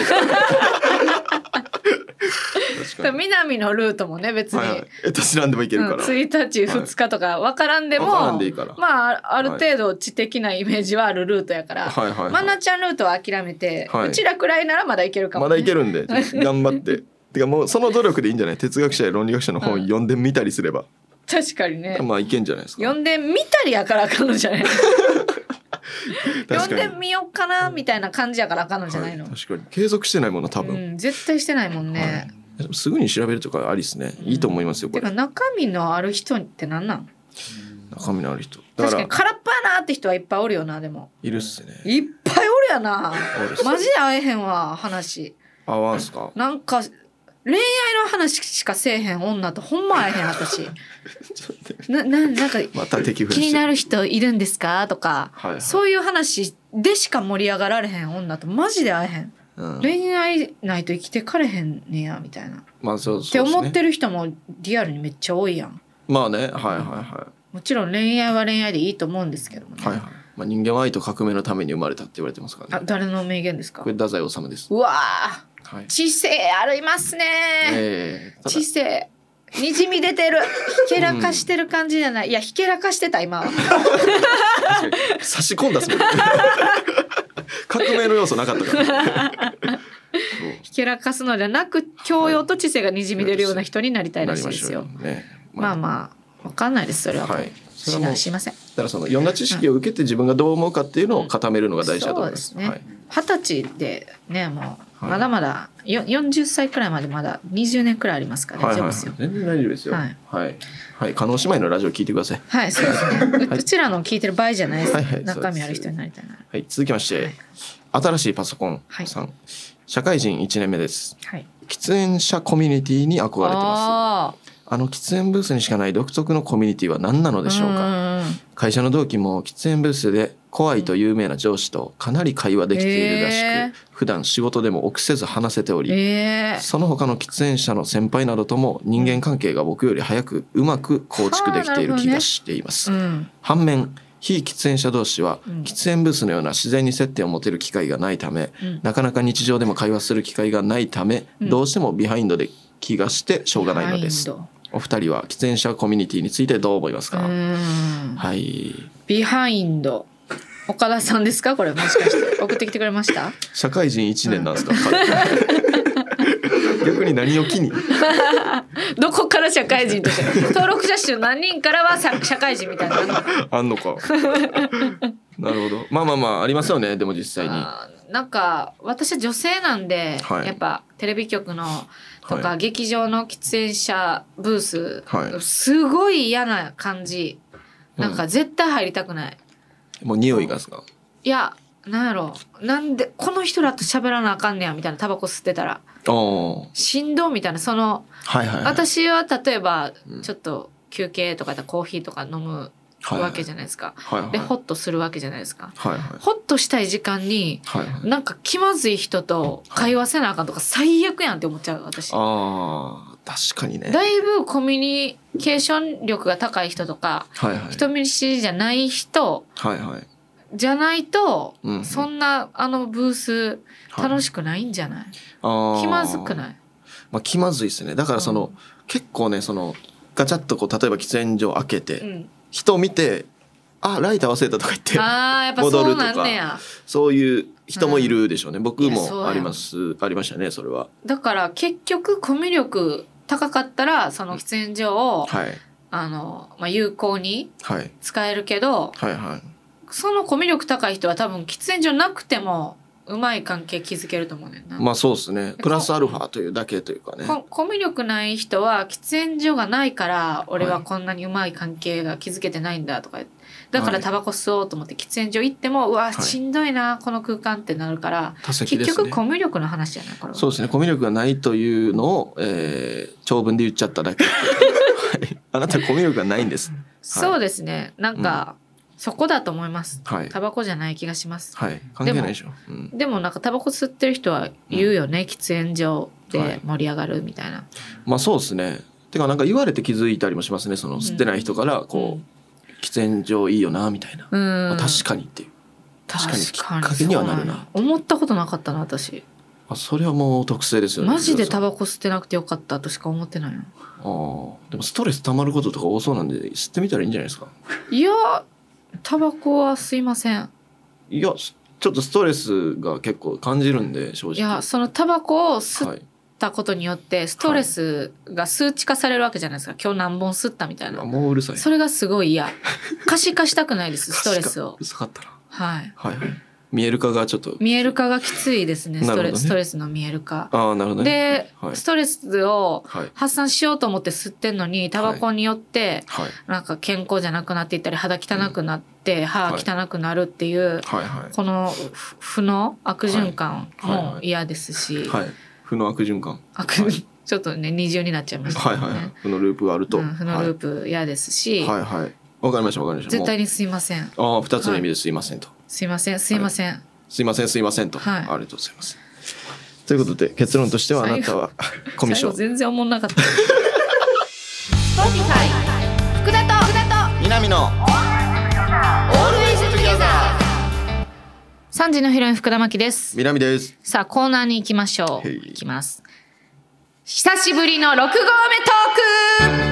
Speaker 2: 確かに
Speaker 1: 南のルートもね別に、
Speaker 2: はいはい、え年なんでもいけるか
Speaker 1: うん、
Speaker 2: ら、
Speaker 1: 1日2日とか分からんでも、
Speaker 2: わからんでいいから
Speaker 1: まあある程度知的なイメージはあるルートやから、
Speaker 2: はいはいはい
Speaker 1: まなちゃんルートは諦めて、
Speaker 2: はいう
Speaker 1: ちらくらいならまだいけるかも、
Speaker 2: ま
Speaker 1: ね、
Speaker 2: だいけるんでちょっと頑 張って。てかもうその努力でいいんじゃない哲学者や論理学者の本読んでみたりすれば、
Speaker 1: 確かにね
Speaker 2: まあいけんじゃないですか
Speaker 1: 呼んでみたりやからあかんのじゃない呼ん
Speaker 2: 確か
Speaker 1: で
Speaker 2: に
Speaker 1: みようかなみたいな感じやからあかんのじゃないの、
Speaker 2: はい確かに継続してないもの多
Speaker 1: う
Speaker 2: 分、
Speaker 1: ん、絶対してないもんね、
Speaker 2: でもすぐに調べるとかありですね、いいと思いますよこ
Speaker 1: てか
Speaker 2: れ
Speaker 1: 中身のある人ってなんなん
Speaker 2: 中身のある人だ
Speaker 1: 確
Speaker 2: か
Speaker 1: からに空っぽやなって人はいっぱいおるよなでも
Speaker 2: いるっすね
Speaker 1: いっぱいおるや な
Speaker 2: おるっす
Speaker 1: マジで会えへんわ話
Speaker 2: あわん すか
Speaker 1: なんか恋愛の話しかせえへん女とほんま会えへん私なななんか
Speaker 2: また敵振
Speaker 1: 気
Speaker 2: りし
Speaker 1: に
Speaker 2: て
Speaker 1: な
Speaker 2: る
Speaker 1: る人いるんですかとか、
Speaker 2: はいはい
Speaker 1: そういう話でしか盛り上がられへん女とマジで会えへん、
Speaker 2: うん
Speaker 1: 恋愛ないと生きてかれへんねやみたいな、
Speaker 2: まあそう
Speaker 1: っ
Speaker 2: そ
Speaker 1: て
Speaker 2: うです
Speaker 1: 思っ
Speaker 2: ね
Speaker 1: てる人もリアルにめっちゃ多いやん
Speaker 2: まあねはいはいは
Speaker 1: もちろん恋愛は恋愛でいいと思うんですけどもね、
Speaker 2: いはいはい、まあ、人間は愛と革命のために生まれたって言われてますから
Speaker 1: あ
Speaker 2: ね
Speaker 1: 誰の名言ですか
Speaker 2: これ太宰治です
Speaker 1: うわあ
Speaker 2: はい
Speaker 1: 知性ありますね、
Speaker 2: ええただ
Speaker 1: 知性にじみ出てる ひけらかしてる感じじゃない、いやひけらかしてた今は
Speaker 2: 差し込んだっ すもんね革命の要素なかったから
Speaker 1: ひけらかすのではなく教養と知性がにじみ出るような人になりたい
Speaker 2: な
Speaker 1: らし
Speaker 2: り
Speaker 1: い
Speaker 2: ま
Speaker 1: で
Speaker 2: しょ
Speaker 1: す
Speaker 2: う
Speaker 1: よ
Speaker 2: よね
Speaker 1: まあまあわかんないですそれは、
Speaker 2: はいそ
Speaker 1: し
Speaker 2: れはも
Speaker 1: な
Speaker 2: う
Speaker 1: しません
Speaker 2: だからそのいろんな知識を受けて自分がどう思うかっていうのを固めるのが大事だと思います。
Speaker 1: そうです
Speaker 2: は
Speaker 1: ね
Speaker 2: い、
Speaker 1: 二十、歳でねもう
Speaker 2: はい
Speaker 1: まだまだよ40歳くらいまでまだ20年くらいありますから
Speaker 2: は
Speaker 1: 大
Speaker 2: い
Speaker 1: 丈
Speaker 2: は
Speaker 1: 夫で
Speaker 2: いはい
Speaker 1: すよ。
Speaker 2: 全然大丈夫ですよ。
Speaker 1: は
Speaker 2: はいいはいはい。加納姉妹のラジオ聞いてください。
Speaker 1: はい、そうですね。ううちらの聞いてる場合じゃないです。
Speaker 2: はいはい
Speaker 1: 中身ある人になりたいな。
Speaker 2: はい続きまして、新しいパソコンさん、社会人1年目です。
Speaker 1: はい。
Speaker 2: 喫煙者コミュニティに憧れてます。
Speaker 1: あ
Speaker 2: あの喫煙ブースにしかない独特のコミュニティは何なの
Speaker 1: あ
Speaker 2: でしょうか。会社の同期も喫煙ブースで怖いと有名な上司とかなり会話できているらしく、
Speaker 1: へえ
Speaker 2: 普段仕事でも臆せず話せており、
Speaker 1: ええ
Speaker 2: その他の喫煙者の先輩などとも人間関係が僕より早くうまく構築できている気がしています、
Speaker 1: うん。
Speaker 2: 反面非喫煙者同士は
Speaker 1: うん
Speaker 2: 喫煙ブースのような自然に接点を持てる機会がないため、
Speaker 1: うん
Speaker 2: なかなか日常でも会話する機会がないため、
Speaker 1: うん
Speaker 2: どうしてもビハインドで気がしてしょうがないのです
Speaker 1: ビハイン
Speaker 2: お二人は喫煙者コミュニティについてどう思います
Speaker 1: ドう
Speaker 2: か、
Speaker 1: ーん
Speaker 2: はい
Speaker 1: ビハインド岡田さんですかこれもしかして送ってきてくれま した
Speaker 2: 社会人1年なんですか、彼逆に何を機に
Speaker 1: どこから社会人として 登録者数何人からはさ社会人みたいなの
Speaker 2: あん のかなるほどまあまあまあありますよねでも実際に
Speaker 1: あーなんか私は女性なんで、
Speaker 2: はい
Speaker 1: やっぱテレビ局のとか、
Speaker 2: は
Speaker 1: 劇場の喫煙者ブース、
Speaker 2: はい
Speaker 1: すごい嫌な感じ
Speaker 2: うん
Speaker 1: なんか絶対入りたくない、
Speaker 2: もう匂いがですか
Speaker 1: いやなんやろなんでこの人らと喋らなあかんねやみたいなタバコ吸ってたら
Speaker 2: ああ
Speaker 1: しんどみたいなその
Speaker 2: はいはいはい
Speaker 1: 私は例えば
Speaker 2: うん
Speaker 1: ちょっと休憩とかでコーヒーとか飲む
Speaker 2: はい
Speaker 1: わけじゃないですか、
Speaker 2: はいはい
Speaker 1: でホッとするわけじゃないですか
Speaker 2: はいはい
Speaker 1: ホッとしたい時間に
Speaker 2: はいはい
Speaker 1: なんか気まずい人と会話せなあかんとか最悪やんって思っちゃう私だ
Speaker 2: あー確かにね
Speaker 1: いぶコミュニケーション力が高い人とか
Speaker 2: はいはい
Speaker 1: 人見知りじゃない人
Speaker 2: はいはい
Speaker 1: じゃないと、
Speaker 2: うん
Speaker 1: そんなあのブース楽しくないんじゃない、
Speaker 2: はい
Speaker 1: 気まずく
Speaker 2: い
Speaker 1: ない
Speaker 2: まあ気まずいですねだからその、
Speaker 1: う
Speaker 2: 結構ねそのガチャッとこう例えば喫煙所開けて、
Speaker 1: うん、
Speaker 2: 人見てあライター忘れたとか言って
Speaker 1: あーやっぱそうなんねや
Speaker 2: そういう人もいるでしょうね、僕
Speaker 1: いやそう
Speaker 2: も
Speaker 1: や
Speaker 2: ありますありましたねそれは
Speaker 1: だから結局コミュ力高かったらその喫煙所を、
Speaker 2: はい
Speaker 1: あのまあ、有効に
Speaker 2: はい
Speaker 1: 使えるけど
Speaker 2: はいはい
Speaker 1: そのコミュ力高い人は多分喫煙所なくてもうまい関係築けると思うねんな、
Speaker 2: まあそうですねプラスアルファというだけというかね
Speaker 1: こコミュ力ない人は喫煙所がないから俺はこんなにうまい関係が築けてないんだとか言ってだから
Speaker 2: はい
Speaker 1: タバコ吸おうと思って喫煙所行っても、うわ
Speaker 2: い
Speaker 1: しんどいなこの空間ってなるから
Speaker 2: 多席で
Speaker 1: 結
Speaker 2: す
Speaker 1: 局
Speaker 2: ね
Speaker 1: コミュ力の話じゃないこれは
Speaker 2: そうですねコミュ力がないというのを、えー長文で言っちゃっ ただけはいあなたコミュ力がないんです
Speaker 1: そうですねなんか、そこだと思います
Speaker 2: はい
Speaker 1: タバコじゃない気がします
Speaker 2: はい関係ないでしょうん、
Speaker 1: でもなんかタバコ吸ってる人は言うよね、喫煙所で盛り上がるみたいな、
Speaker 2: まあそうですねてかなんか言われて気づいたりもしますねその吸ってない人からこう、喫煙所いいよなみたいな、
Speaker 1: うん
Speaker 2: あ確かにっていう確かにきっかけにはなるな
Speaker 1: そう思ったことなかったな私
Speaker 2: あそれはもう特性ですよね
Speaker 1: マジでタ
Speaker 2: バ
Speaker 1: バコ吸ってなくてよかったとしか思ってないの
Speaker 2: あーでもストレス溜まることとか多そうなんで吸ってみたらいいんじゃないですか
Speaker 1: いやタバコは吸いません
Speaker 2: いやすちょっとストレスが結構感じるんで正直
Speaker 1: いやそのタバコを吸っ
Speaker 2: はい、
Speaker 1: たことによってストレスが数値化されるわけじゃないですか、今日何本吸ったみたい
Speaker 2: あ
Speaker 1: な
Speaker 2: もううるさい
Speaker 1: それがすごい嫌可視化したくない ですストレス
Speaker 2: 確か
Speaker 1: を
Speaker 2: うるさかったな
Speaker 1: はい
Speaker 2: はいはい見える化がちょっと
Speaker 1: 見える化がきついですねスト
Speaker 2: なる
Speaker 1: レ
Speaker 2: ほどね
Speaker 1: ストレスの見える化
Speaker 2: ああなるほどね
Speaker 1: で、
Speaker 2: はい
Speaker 1: ストレスを
Speaker 2: はい
Speaker 1: 発散しようと思って吸ってんのにタバコによって
Speaker 2: はい
Speaker 1: なんか健康じゃなくなっていったり肌汚くなって、歯
Speaker 2: はい
Speaker 1: 汚くなるっていう、
Speaker 2: はいは
Speaker 1: このふ負の悪循環
Speaker 2: はいはい
Speaker 1: も嫌ですし、
Speaker 2: いはい負の悪循環
Speaker 1: 悪
Speaker 2: は
Speaker 1: ちょっとね二重になっちゃいました
Speaker 2: はい
Speaker 1: ね、
Speaker 2: はいはい負のループがあると、
Speaker 1: うん、負のループ嫌ですし、
Speaker 2: はいはいはいわかりましたわかりました
Speaker 1: 絶対にすいません
Speaker 2: もうああ二つの意味ですいませんと、
Speaker 1: すいませんすいません、
Speaker 2: すいませんすいませんと、
Speaker 1: はい
Speaker 2: ありがとうございますということで結論としてはあなたはコミュ
Speaker 1: 最後
Speaker 2: 障
Speaker 1: 全然思んなかった Spotify 福田と福田と
Speaker 2: 南の
Speaker 1: 3時のヒロイン福田真希です
Speaker 2: 南です
Speaker 1: さあコーナーに行きましょう
Speaker 2: へい
Speaker 1: 行きます久しぶりの6合目トー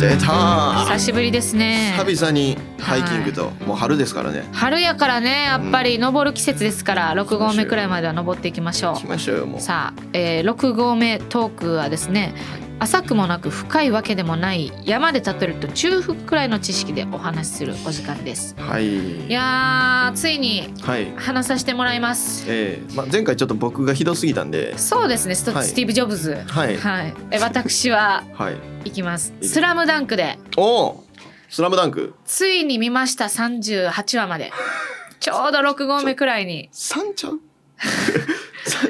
Speaker 2: 出
Speaker 1: ク
Speaker 2: た
Speaker 1: 久しぶりですね
Speaker 2: 久々にハイキングと、もう春ですからね
Speaker 1: 春やからねやっぱり登る季節ですから6合目くらいまでは登っていきましょ
Speaker 2: 来ましょうよも
Speaker 1: う
Speaker 2: う
Speaker 1: さあ、えー6合目トークはですね浅くもなく深いわけでもない山で例えると中腹くらいの知識でお話しするお時間です
Speaker 2: はい
Speaker 1: いやーついに
Speaker 2: はい
Speaker 1: 話させてもらいます
Speaker 2: えーまあ、前回ちょっと僕がひどすぎたんで
Speaker 1: そうですねスト
Speaker 2: はい
Speaker 1: スティーブ・ジョブズ
Speaker 2: はい
Speaker 1: はい、え私は
Speaker 2: はい
Speaker 1: 行きます
Speaker 2: い。い
Speaker 1: スラムダンクで
Speaker 2: おおスラムダンク
Speaker 1: ついに見ました38話まで。ちょうど6合目くらいに。
Speaker 2: 三ち ゃう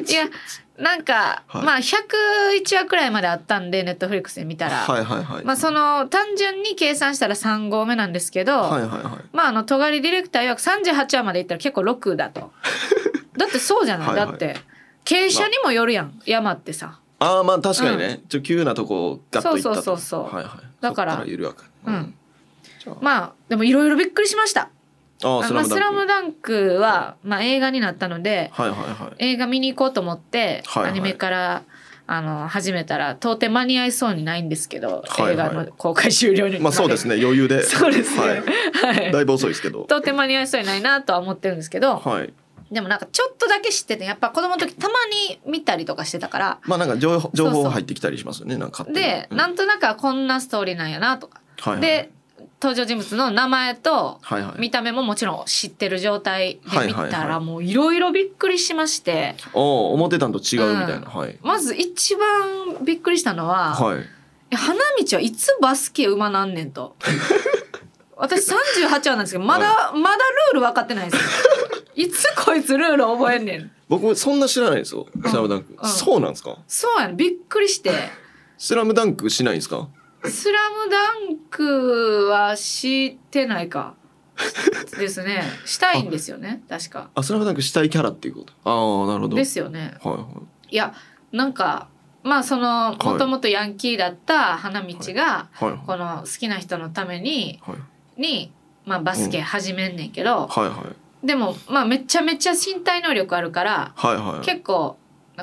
Speaker 1: いや、なんか、
Speaker 2: はい
Speaker 1: まあ101話くらいまであったんで、ネットフリックスで見たら。
Speaker 2: はいはいはい、
Speaker 1: まあその単純に計算したら3合目なんですけど、
Speaker 2: はいはいはい
Speaker 1: まああの戸狩ディレクター曰く38話までいったら結構6だ と。だってそうじゃない
Speaker 2: はいはい
Speaker 1: だって傾斜にもよるやん山ってさ。
Speaker 2: ああまあ確かにね、ちょ急なとこをガッといったと
Speaker 1: そうそうそうそう
Speaker 2: はいはい
Speaker 1: だから
Speaker 2: そっ緩やか
Speaker 1: うんまあでもいろいろびっくりしました
Speaker 2: ああ、
Speaker 1: あ
Speaker 2: ス
Speaker 1: まあ
Speaker 2: ラ
Speaker 1: ス
Speaker 2: ムダンク。
Speaker 1: ラムダンクは、まあ、映画になったので
Speaker 2: はいはいはい。
Speaker 1: 映画見に行こうと思って、
Speaker 2: はいはい
Speaker 1: アニメからあの始めたら到底間に合いそうにないんですけど、
Speaker 2: はいはい
Speaker 1: 映画の公開終了に
Speaker 2: まあそうですね、余裕で。
Speaker 1: そうですね
Speaker 2: はい。
Speaker 1: はい
Speaker 2: だいぶ遅いですけ ど。
Speaker 1: 到底間に合いそうにないなとは思ってるんですけど
Speaker 2: はい。
Speaker 1: でもなんかちょっとだけ知っててやっぱ子供の時たまに見たりとかしてたから
Speaker 2: まあなんか情報情
Speaker 1: そう
Speaker 2: 報
Speaker 1: そう
Speaker 2: 入ってきたりしますよね、なんか勝手に。
Speaker 1: で、
Speaker 2: う
Speaker 1: なんとなくはこんなストーリーなんやなとか、
Speaker 2: はいはい、
Speaker 1: で登場人物の名前と
Speaker 2: はいはい、
Speaker 1: 見た目ももちろん知ってる状態で見
Speaker 2: はい
Speaker 1: た
Speaker 2: はいは
Speaker 1: ら
Speaker 2: い
Speaker 1: もういろいろびっくりしまして
Speaker 2: おー思ってたんと違うみたいな、はい、
Speaker 1: まず一番びっくりしたのは、
Speaker 2: はい、
Speaker 1: いや花道はいつバスケ馬なんねん と私38話なんですけどまだ、まだルール分かってないです よいつこいつルール覚えんねん
Speaker 2: 僕もそんな知らないですよ「スラムダンク、
Speaker 1: うん
Speaker 2: そうなんですか
Speaker 1: そうやんびっくりして
Speaker 2: 「スラムダンクしないんですか
Speaker 1: 「スラムダンクはしてないかですねしたいんですよね確か
Speaker 2: あ「スラムダンクしたいキャラっていうことああなるほど
Speaker 1: ですよね
Speaker 2: はいはい
Speaker 1: いやなんかまあその
Speaker 2: い
Speaker 1: もともとヤンキーだった花道が
Speaker 2: はい
Speaker 1: この好きな人のために
Speaker 2: はい
Speaker 1: に、まあ、バスケ始めんねんけど、
Speaker 2: はいはい
Speaker 1: でもまあめちゃめちゃ身体能力あるから
Speaker 2: はいはい
Speaker 1: 結構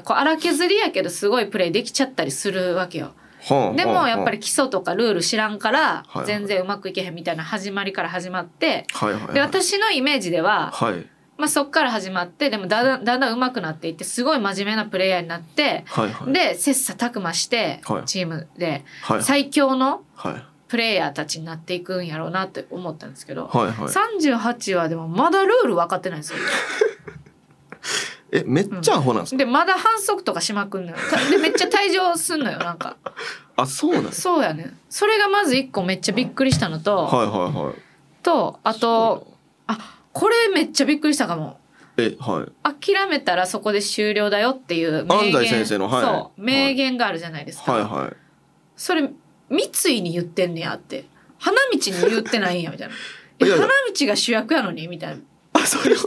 Speaker 1: こう荒削りやけどすごいプレーできちゃったりするわけよ。
Speaker 2: はあ
Speaker 1: で
Speaker 2: は
Speaker 1: も
Speaker 2: あ
Speaker 1: やっぱり基礎とかルール知らんから
Speaker 2: はい
Speaker 1: 全然うまくいけへんみたいな始まりから始まって
Speaker 2: はいはいはい
Speaker 1: で私のイメージでは、
Speaker 2: はい
Speaker 1: まあ、そっから始まってでもだんだんだんだん上手くなっていってすごい真面目なプレイヤーになって
Speaker 2: はいはい
Speaker 1: で切磋琢磨して
Speaker 2: はい
Speaker 1: チームで
Speaker 2: はい
Speaker 1: 最強の
Speaker 2: はい
Speaker 1: プレイヤーたちになっていくんやろうなって思ったんですけど
Speaker 2: はいはい
Speaker 1: 38はでもまだルール分かってないんですよ。
Speaker 2: えめっちゃアホなんですか、
Speaker 1: でまだ反則とかしまくんのよたでめっちゃ退場すんのよなんか
Speaker 2: あそうなんです
Speaker 1: そうやねそれがまず一個めっちゃびっくりしたのと、
Speaker 2: はいはいはい
Speaker 1: とあとあこれめっちゃびっくりしたかも
Speaker 2: えはい
Speaker 1: 諦めたらそこで終了だよっていう名言
Speaker 2: 安西先生のはい
Speaker 1: そう名言があるじゃないですか、
Speaker 2: はいはい
Speaker 1: それ三井に言ってんねやって花道に言ってないんやみたいな
Speaker 2: いやいや
Speaker 1: え花道が主役やのにみたいな
Speaker 2: あそれは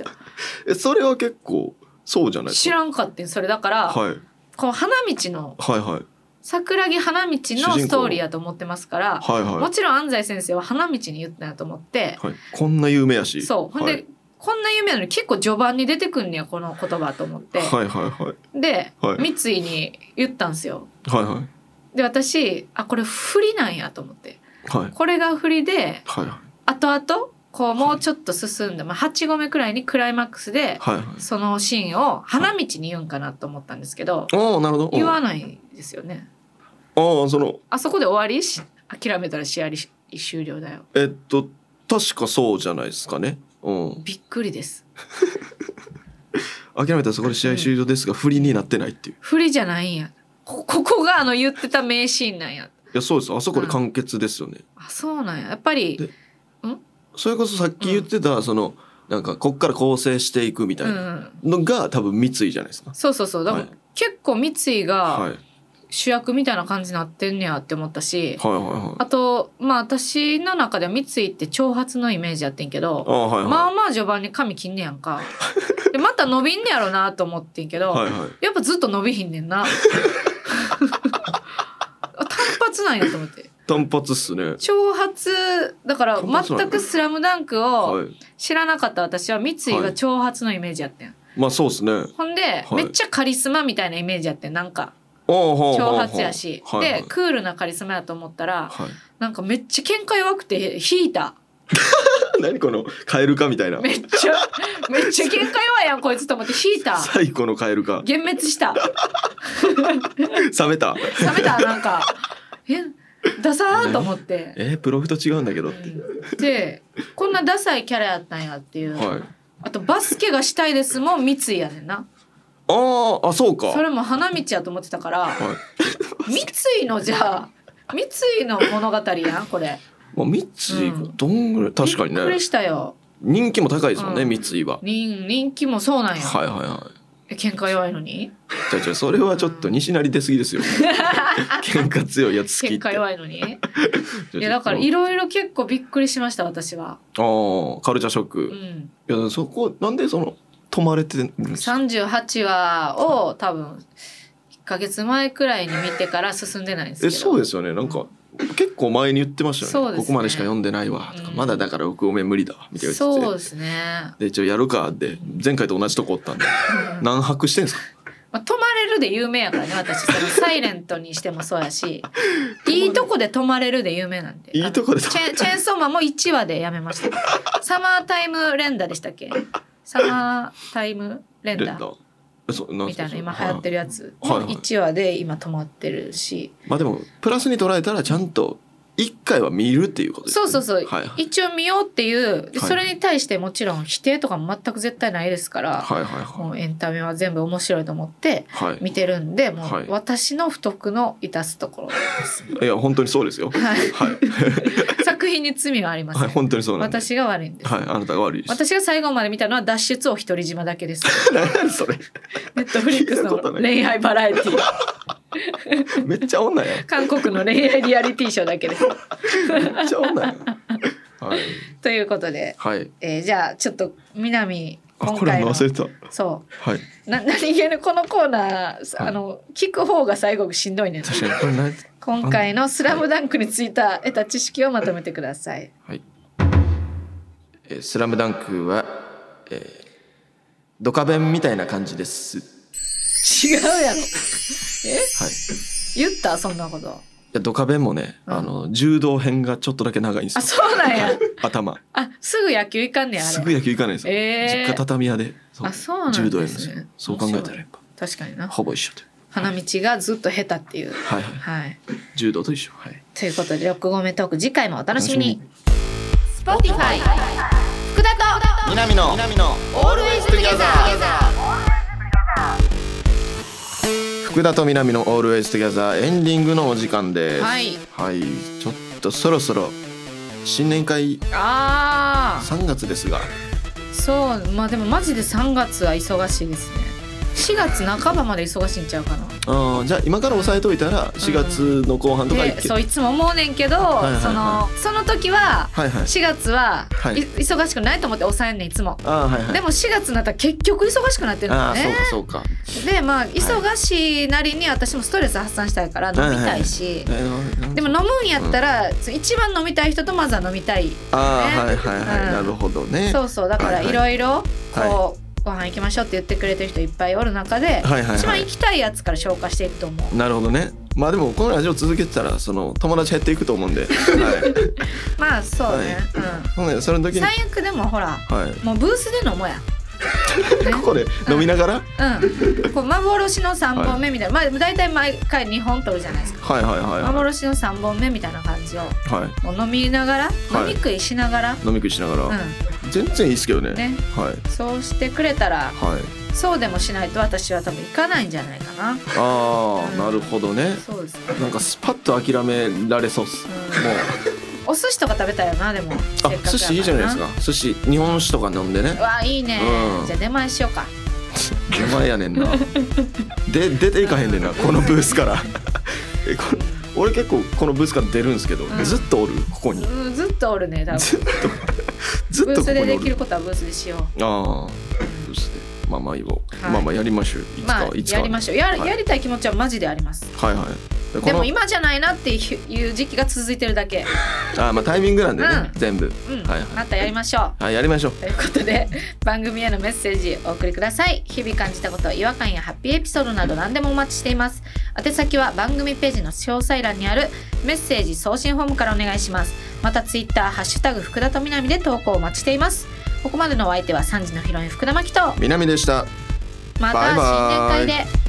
Speaker 2: えそれは結構そうじゃないです
Speaker 1: 知
Speaker 2: から
Speaker 1: んかってんそれだから、
Speaker 2: はい
Speaker 1: この花道の
Speaker 2: はいはい
Speaker 1: 桜木花道のストーリーやと思ってますから
Speaker 2: はいはい
Speaker 1: もちろん安西先生は花道に言ったなと思って、
Speaker 2: はい、こんな有名やし。
Speaker 1: そうほんで、
Speaker 2: はい、
Speaker 1: こんな夢なのに結構序盤に出てくんねやこの言葉と思って、
Speaker 2: はいはいはい。
Speaker 1: で、
Speaker 2: はい
Speaker 1: 三井に言ったんすよ
Speaker 2: はいはい。
Speaker 1: で私あこれ振りなんやと思って
Speaker 2: はい。
Speaker 1: これが振りで
Speaker 2: はいはい。
Speaker 1: 後々こうもうちょっと進んで、まあ、8合目くらいにクライマックスで
Speaker 2: はいはい。
Speaker 1: そのシーンを花道に言うんかなと思ったんですけど、
Speaker 2: おお、なるほど。
Speaker 1: 言わないですよね
Speaker 2: おお、その、
Speaker 1: あそこで終わりし諦めたら試合終了だよ
Speaker 2: えっと、確かそうじゃないですかね。うん。
Speaker 1: びっくりです
Speaker 2: 諦めたらそこで試合終了ですが、不利になってないっていう。
Speaker 1: 不利じゃないんやこここがあの言ってた名シーンなんや
Speaker 2: いや、そうです。あそこで完結ですよね。
Speaker 1: あそうなんややっぱり
Speaker 2: でそれこそさっき言ってた、その、なんか、こっから構成していくみた
Speaker 1: う
Speaker 2: いなんのが、多分三井じゃないですか。
Speaker 1: そうそうそうだから、
Speaker 2: はい
Speaker 1: 結構三井
Speaker 2: はい。
Speaker 1: が
Speaker 2: はい
Speaker 1: 主役みたいな感じになってんねやって思ったし、
Speaker 2: はいはい。
Speaker 1: あとまあ私の中では三井って長髪のイメージやってんけ
Speaker 2: あ
Speaker 1: ど
Speaker 2: あ、はい
Speaker 1: ま
Speaker 2: は
Speaker 1: あまあ序盤に髪切んねやん かでまた伸びんねやろなと思ってんけど、
Speaker 2: い。はいはい。
Speaker 1: やっぱずっと伸びひんね んなあ単発なんやと思って
Speaker 2: 単発っすね。
Speaker 1: 長髪だから
Speaker 2: 単発なんや
Speaker 1: 全く「スラムダンクを、
Speaker 2: はい。
Speaker 1: 知らなかった私は三井が長髪のイメージやってん、
Speaker 2: まあ、そうですね。あ
Speaker 1: ほんで、
Speaker 2: はい
Speaker 1: めっちゃカリスマみたいなイメージやってんなんか
Speaker 2: あ、はあ
Speaker 1: 長
Speaker 2: はあはあ
Speaker 1: 髪やし、
Speaker 2: はいはい
Speaker 1: でクールなカリスマやと思ったら
Speaker 2: はい。
Speaker 1: なんかめっちゃ喧嘩弱くて引いた
Speaker 2: 何このカエルかみたいな
Speaker 1: めっ ちゃめっちゃ喧嘩弱いやんこいつと思って引いた
Speaker 2: 最古のカエルか
Speaker 1: 幻滅した
Speaker 2: 冷めた
Speaker 1: 冷めたなんかえダサーと思って、
Speaker 2: えー、プロフと違うんだけど
Speaker 1: う
Speaker 2: って、
Speaker 1: んでこんなダサいキャラやったんやっていう、
Speaker 2: はい
Speaker 1: あとバスケがしたいですもん三井やねんな
Speaker 2: あーあそうか
Speaker 1: それも花道やと思ってたから、
Speaker 2: はい
Speaker 1: 三井のじゃあ三井の物語やんこれ
Speaker 2: まあ、三井
Speaker 1: うん
Speaker 2: どんぐらい確かに
Speaker 1: びっく
Speaker 2: ね
Speaker 1: りしたよ
Speaker 2: 人気も高いですもんね、
Speaker 1: うん
Speaker 2: 三井は
Speaker 1: 人人気もそうなんや、
Speaker 2: はいはいは
Speaker 1: え喧嘩弱いのに
Speaker 2: いじゃあじゃあそれはちょっと西成出過ぎで すよ喧嘩強いやつ好き
Speaker 1: 喧
Speaker 2: って
Speaker 1: 嘩弱いのにい
Speaker 2: い
Speaker 1: やだからい
Speaker 2: あ
Speaker 1: ろいろ結構びっくりしました私は
Speaker 2: あーカルチャーショッ
Speaker 1: う
Speaker 2: ク、
Speaker 1: ん
Speaker 2: いやそこなんでその止まれてるんですか
Speaker 1: 38話を多分1ヶ月前くらいに見てから進んでないんですけ
Speaker 2: え
Speaker 1: ど
Speaker 2: そうですよねなんか結構前に言ってました
Speaker 1: そ
Speaker 2: よ
Speaker 1: う
Speaker 2: ね
Speaker 1: ですね
Speaker 2: ここまでしか読んでないわとか、
Speaker 1: うん
Speaker 2: まだだから6合目無理だわみたいな言ってて
Speaker 1: そうですね。
Speaker 2: で一応やるかって前回と同じとこおったんで何泊してんすか
Speaker 1: まあ、泊まれるで有名やからね私そのサイレントにしてもそうや しいいとこで泊まれるで有名なんで
Speaker 2: いいとこで
Speaker 1: あ
Speaker 2: 泊
Speaker 1: のチ
Speaker 2: ま
Speaker 1: ェンチェーンソーマンも1話でやめましたサマータイム連打でしたっけサマータイム連
Speaker 2: レ
Speaker 1: 打
Speaker 2: ンダーそうなん
Speaker 1: み
Speaker 2: す
Speaker 1: た
Speaker 2: か
Speaker 1: いな今流行ってるやつ
Speaker 2: はいはい
Speaker 1: 1話で今泊まってるし
Speaker 2: まあでもプラスに捉えたらちゃんと一回は見るっていうことですね
Speaker 1: そうそうそう、
Speaker 2: はいはい
Speaker 1: 一応見ようっていうで
Speaker 2: はい
Speaker 1: それに対してもちろん否定とかも全く絶対ないですから、
Speaker 2: はいはいは
Speaker 1: もうエンタメは全部面白いと思って
Speaker 2: いはい
Speaker 1: 見てるんでも
Speaker 2: は
Speaker 1: う
Speaker 2: い
Speaker 1: 私の不徳の致すところで す。
Speaker 2: いや本当にそうですよ
Speaker 1: はい
Speaker 2: はい、
Speaker 1: 作品に罪はありません、
Speaker 2: はい、本当にそうなんで
Speaker 1: 私が悪いんです、
Speaker 2: はいあなたが悪いです
Speaker 1: 私が最後まで見たのは脱出を一人島だけです
Speaker 2: 何やねんそれ
Speaker 1: ネットフリックス
Speaker 2: 聞い
Speaker 1: の
Speaker 2: たことない
Speaker 1: 恋愛バラエティ
Speaker 2: めっちゃ女や ん
Speaker 1: 韓国の恋愛リアリティショーだけです
Speaker 2: めっちゃ女やんはい
Speaker 1: ということで、
Speaker 2: はい
Speaker 1: えーじゃあちょっと南
Speaker 2: あ
Speaker 1: 今
Speaker 2: これあ
Speaker 1: 回
Speaker 2: の
Speaker 1: の
Speaker 2: 忘れてた
Speaker 1: そ
Speaker 2: はい。
Speaker 1: うな 何気にこのコーナー、
Speaker 2: はい
Speaker 1: あの聞く方が最後しんどいねん
Speaker 2: 確かにこれ何
Speaker 1: 今回の「スラムダンクについて得た知識をまとめてください
Speaker 2: はい。えースラムダンクは、えードカベンみたいな感じです。
Speaker 1: 違うやろえ
Speaker 2: はい。い
Speaker 1: 言ったそんなこと
Speaker 2: やドカベンもね、
Speaker 1: うん
Speaker 2: あの柔道編がちょっとだけ長いんです
Speaker 1: あ
Speaker 2: よ。
Speaker 1: そうなんや
Speaker 2: 頭。
Speaker 1: あすぐ野球行かんねやあれ
Speaker 2: すぐ野球行かないんですよ。
Speaker 1: えー
Speaker 2: 実家畳屋で。そ
Speaker 1: あそうなんですね
Speaker 2: 柔道やるんですよ。そう考えたらやっぱ
Speaker 1: 確かにな
Speaker 2: ほぼ一緒という。
Speaker 1: 花道がずっと下手っていう
Speaker 2: はいはい。
Speaker 1: はい
Speaker 2: 柔道と一緒。はい。
Speaker 1: ということで6合目トーク次回もお楽しみに
Speaker 2: 楽し
Speaker 1: Spotify 福田と
Speaker 2: 南の南の
Speaker 1: オールウェイズトゥギャザー
Speaker 2: 福田と南のオールウェイズトゥギャザーエンディングのお時間です。
Speaker 1: はい
Speaker 2: はい。ちょっとそろそろ新年会
Speaker 1: あ
Speaker 2: 3月ですが。
Speaker 1: ーそうまあでもマジで3月は忙しいですね4月半ばまで忙しいんちゃうかな
Speaker 2: あーじゃあ今から押さえといたら4月の後半とか行
Speaker 1: で
Speaker 2: け、
Speaker 1: そういつも思うねんけど、
Speaker 2: いはい
Speaker 1: そのその時は
Speaker 2: はいはい
Speaker 1: 4月は、
Speaker 2: は
Speaker 1: い
Speaker 2: い
Speaker 1: 忙しくないと思って抑えんねんいつも、
Speaker 2: あーはいはい
Speaker 1: でも4月になったら結局忙しくなってるんだ
Speaker 2: あ
Speaker 1: よ
Speaker 2: あ
Speaker 1: ね
Speaker 2: ーそうかそうか、
Speaker 1: でまあ忙しいなりに私もストレス発散したいから飲みたいし、
Speaker 2: えーなん
Speaker 1: でも飲むんやったら、一番飲みたい人とまずは飲みたい、
Speaker 2: ああはいはいはい、
Speaker 1: うん
Speaker 2: なるほどね
Speaker 1: そうそうだからいろいろこう、
Speaker 2: はい
Speaker 1: ご飯行きましょうって言ってくれてる人いっぱいおる中で、
Speaker 2: はいはい
Speaker 1: 一番行きたいやつから消化していくと思う、
Speaker 2: なるほどねまあでもこのラジオ続けてたらその友達減っていくと 思うんで、はい、
Speaker 1: まあそうね、
Speaker 2: ほんでその
Speaker 1: うん
Speaker 2: 時に、は
Speaker 1: 最悪でもほら
Speaker 2: い、
Speaker 1: もうブースで飲もうや、ね
Speaker 2: ここで飲みながら、
Speaker 1: うん、こう幻の3本目みたいな、まあ大体毎回2本取るじゃないですか
Speaker 2: はいはいはいは
Speaker 1: 幻の3本目みたいな感じを
Speaker 2: い、はい、
Speaker 1: もう飲みながら、
Speaker 2: はい
Speaker 1: 飲み食いしながら、
Speaker 2: 飲み食いしながら、
Speaker 1: う
Speaker 2: 全然いいですけどね
Speaker 1: んね
Speaker 2: はい
Speaker 1: そうしてくれたら
Speaker 2: はい
Speaker 1: そうでもしないと私は多分行かないんじゃないかな
Speaker 2: ああ、
Speaker 1: うん
Speaker 2: なるほどね
Speaker 1: そうですね
Speaker 2: なんかスパッと諦められそうっす、
Speaker 1: うん
Speaker 2: もう
Speaker 1: お寿司とか食べたいよなでも
Speaker 2: あ
Speaker 1: せっかくやから
Speaker 2: 寿司いいじゃないですか寿司日本酒とか飲んでね
Speaker 1: うわいいね、
Speaker 2: うん
Speaker 1: じゃあ出前しようか
Speaker 2: 名前やねんなで出ていかへんねんなこのブースからえこれ俺結構このブースから出るんですけど、
Speaker 1: うん
Speaker 2: ずっとおるここに
Speaker 1: うんずっとおるね多分
Speaker 2: ずっとずっ
Speaker 1: ブー
Speaker 2: とここ
Speaker 1: スで
Speaker 2: に
Speaker 1: で
Speaker 2: お
Speaker 1: き
Speaker 2: る
Speaker 1: ることはブースでしよう
Speaker 2: ああブースでまあまあいいわ、
Speaker 1: い
Speaker 2: まあまあやりましょういつかは、
Speaker 1: まあ
Speaker 2: いつか
Speaker 1: やりましょうや,、
Speaker 2: はい
Speaker 1: やりたい気持ちはマジであります
Speaker 2: ょうはいはいでこ
Speaker 1: で
Speaker 2: の
Speaker 1: も今じゃないなっていう時期が続いてるだけ、
Speaker 2: あーまあタイミングなんでね、
Speaker 1: うん
Speaker 2: 全部、
Speaker 1: うん
Speaker 2: はいは
Speaker 1: またやりましょう
Speaker 2: い、はい、やりましょう
Speaker 1: ということで番組へのメッセージお送りください日々感じたこと違和感やハッピーエピソードなど何でもお待ちしています宛先は番組ページの詳細欄にあるメッセージ送信フォームからお願いしますまたツイッターハッシュタグ福田とみなみで投稿お待ちしていますここまでのお相手は3時のヒロイン福田真希と
Speaker 2: 南でした
Speaker 1: ま
Speaker 2: バイ
Speaker 1: た
Speaker 2: バイ
Speaker 1: 新年会で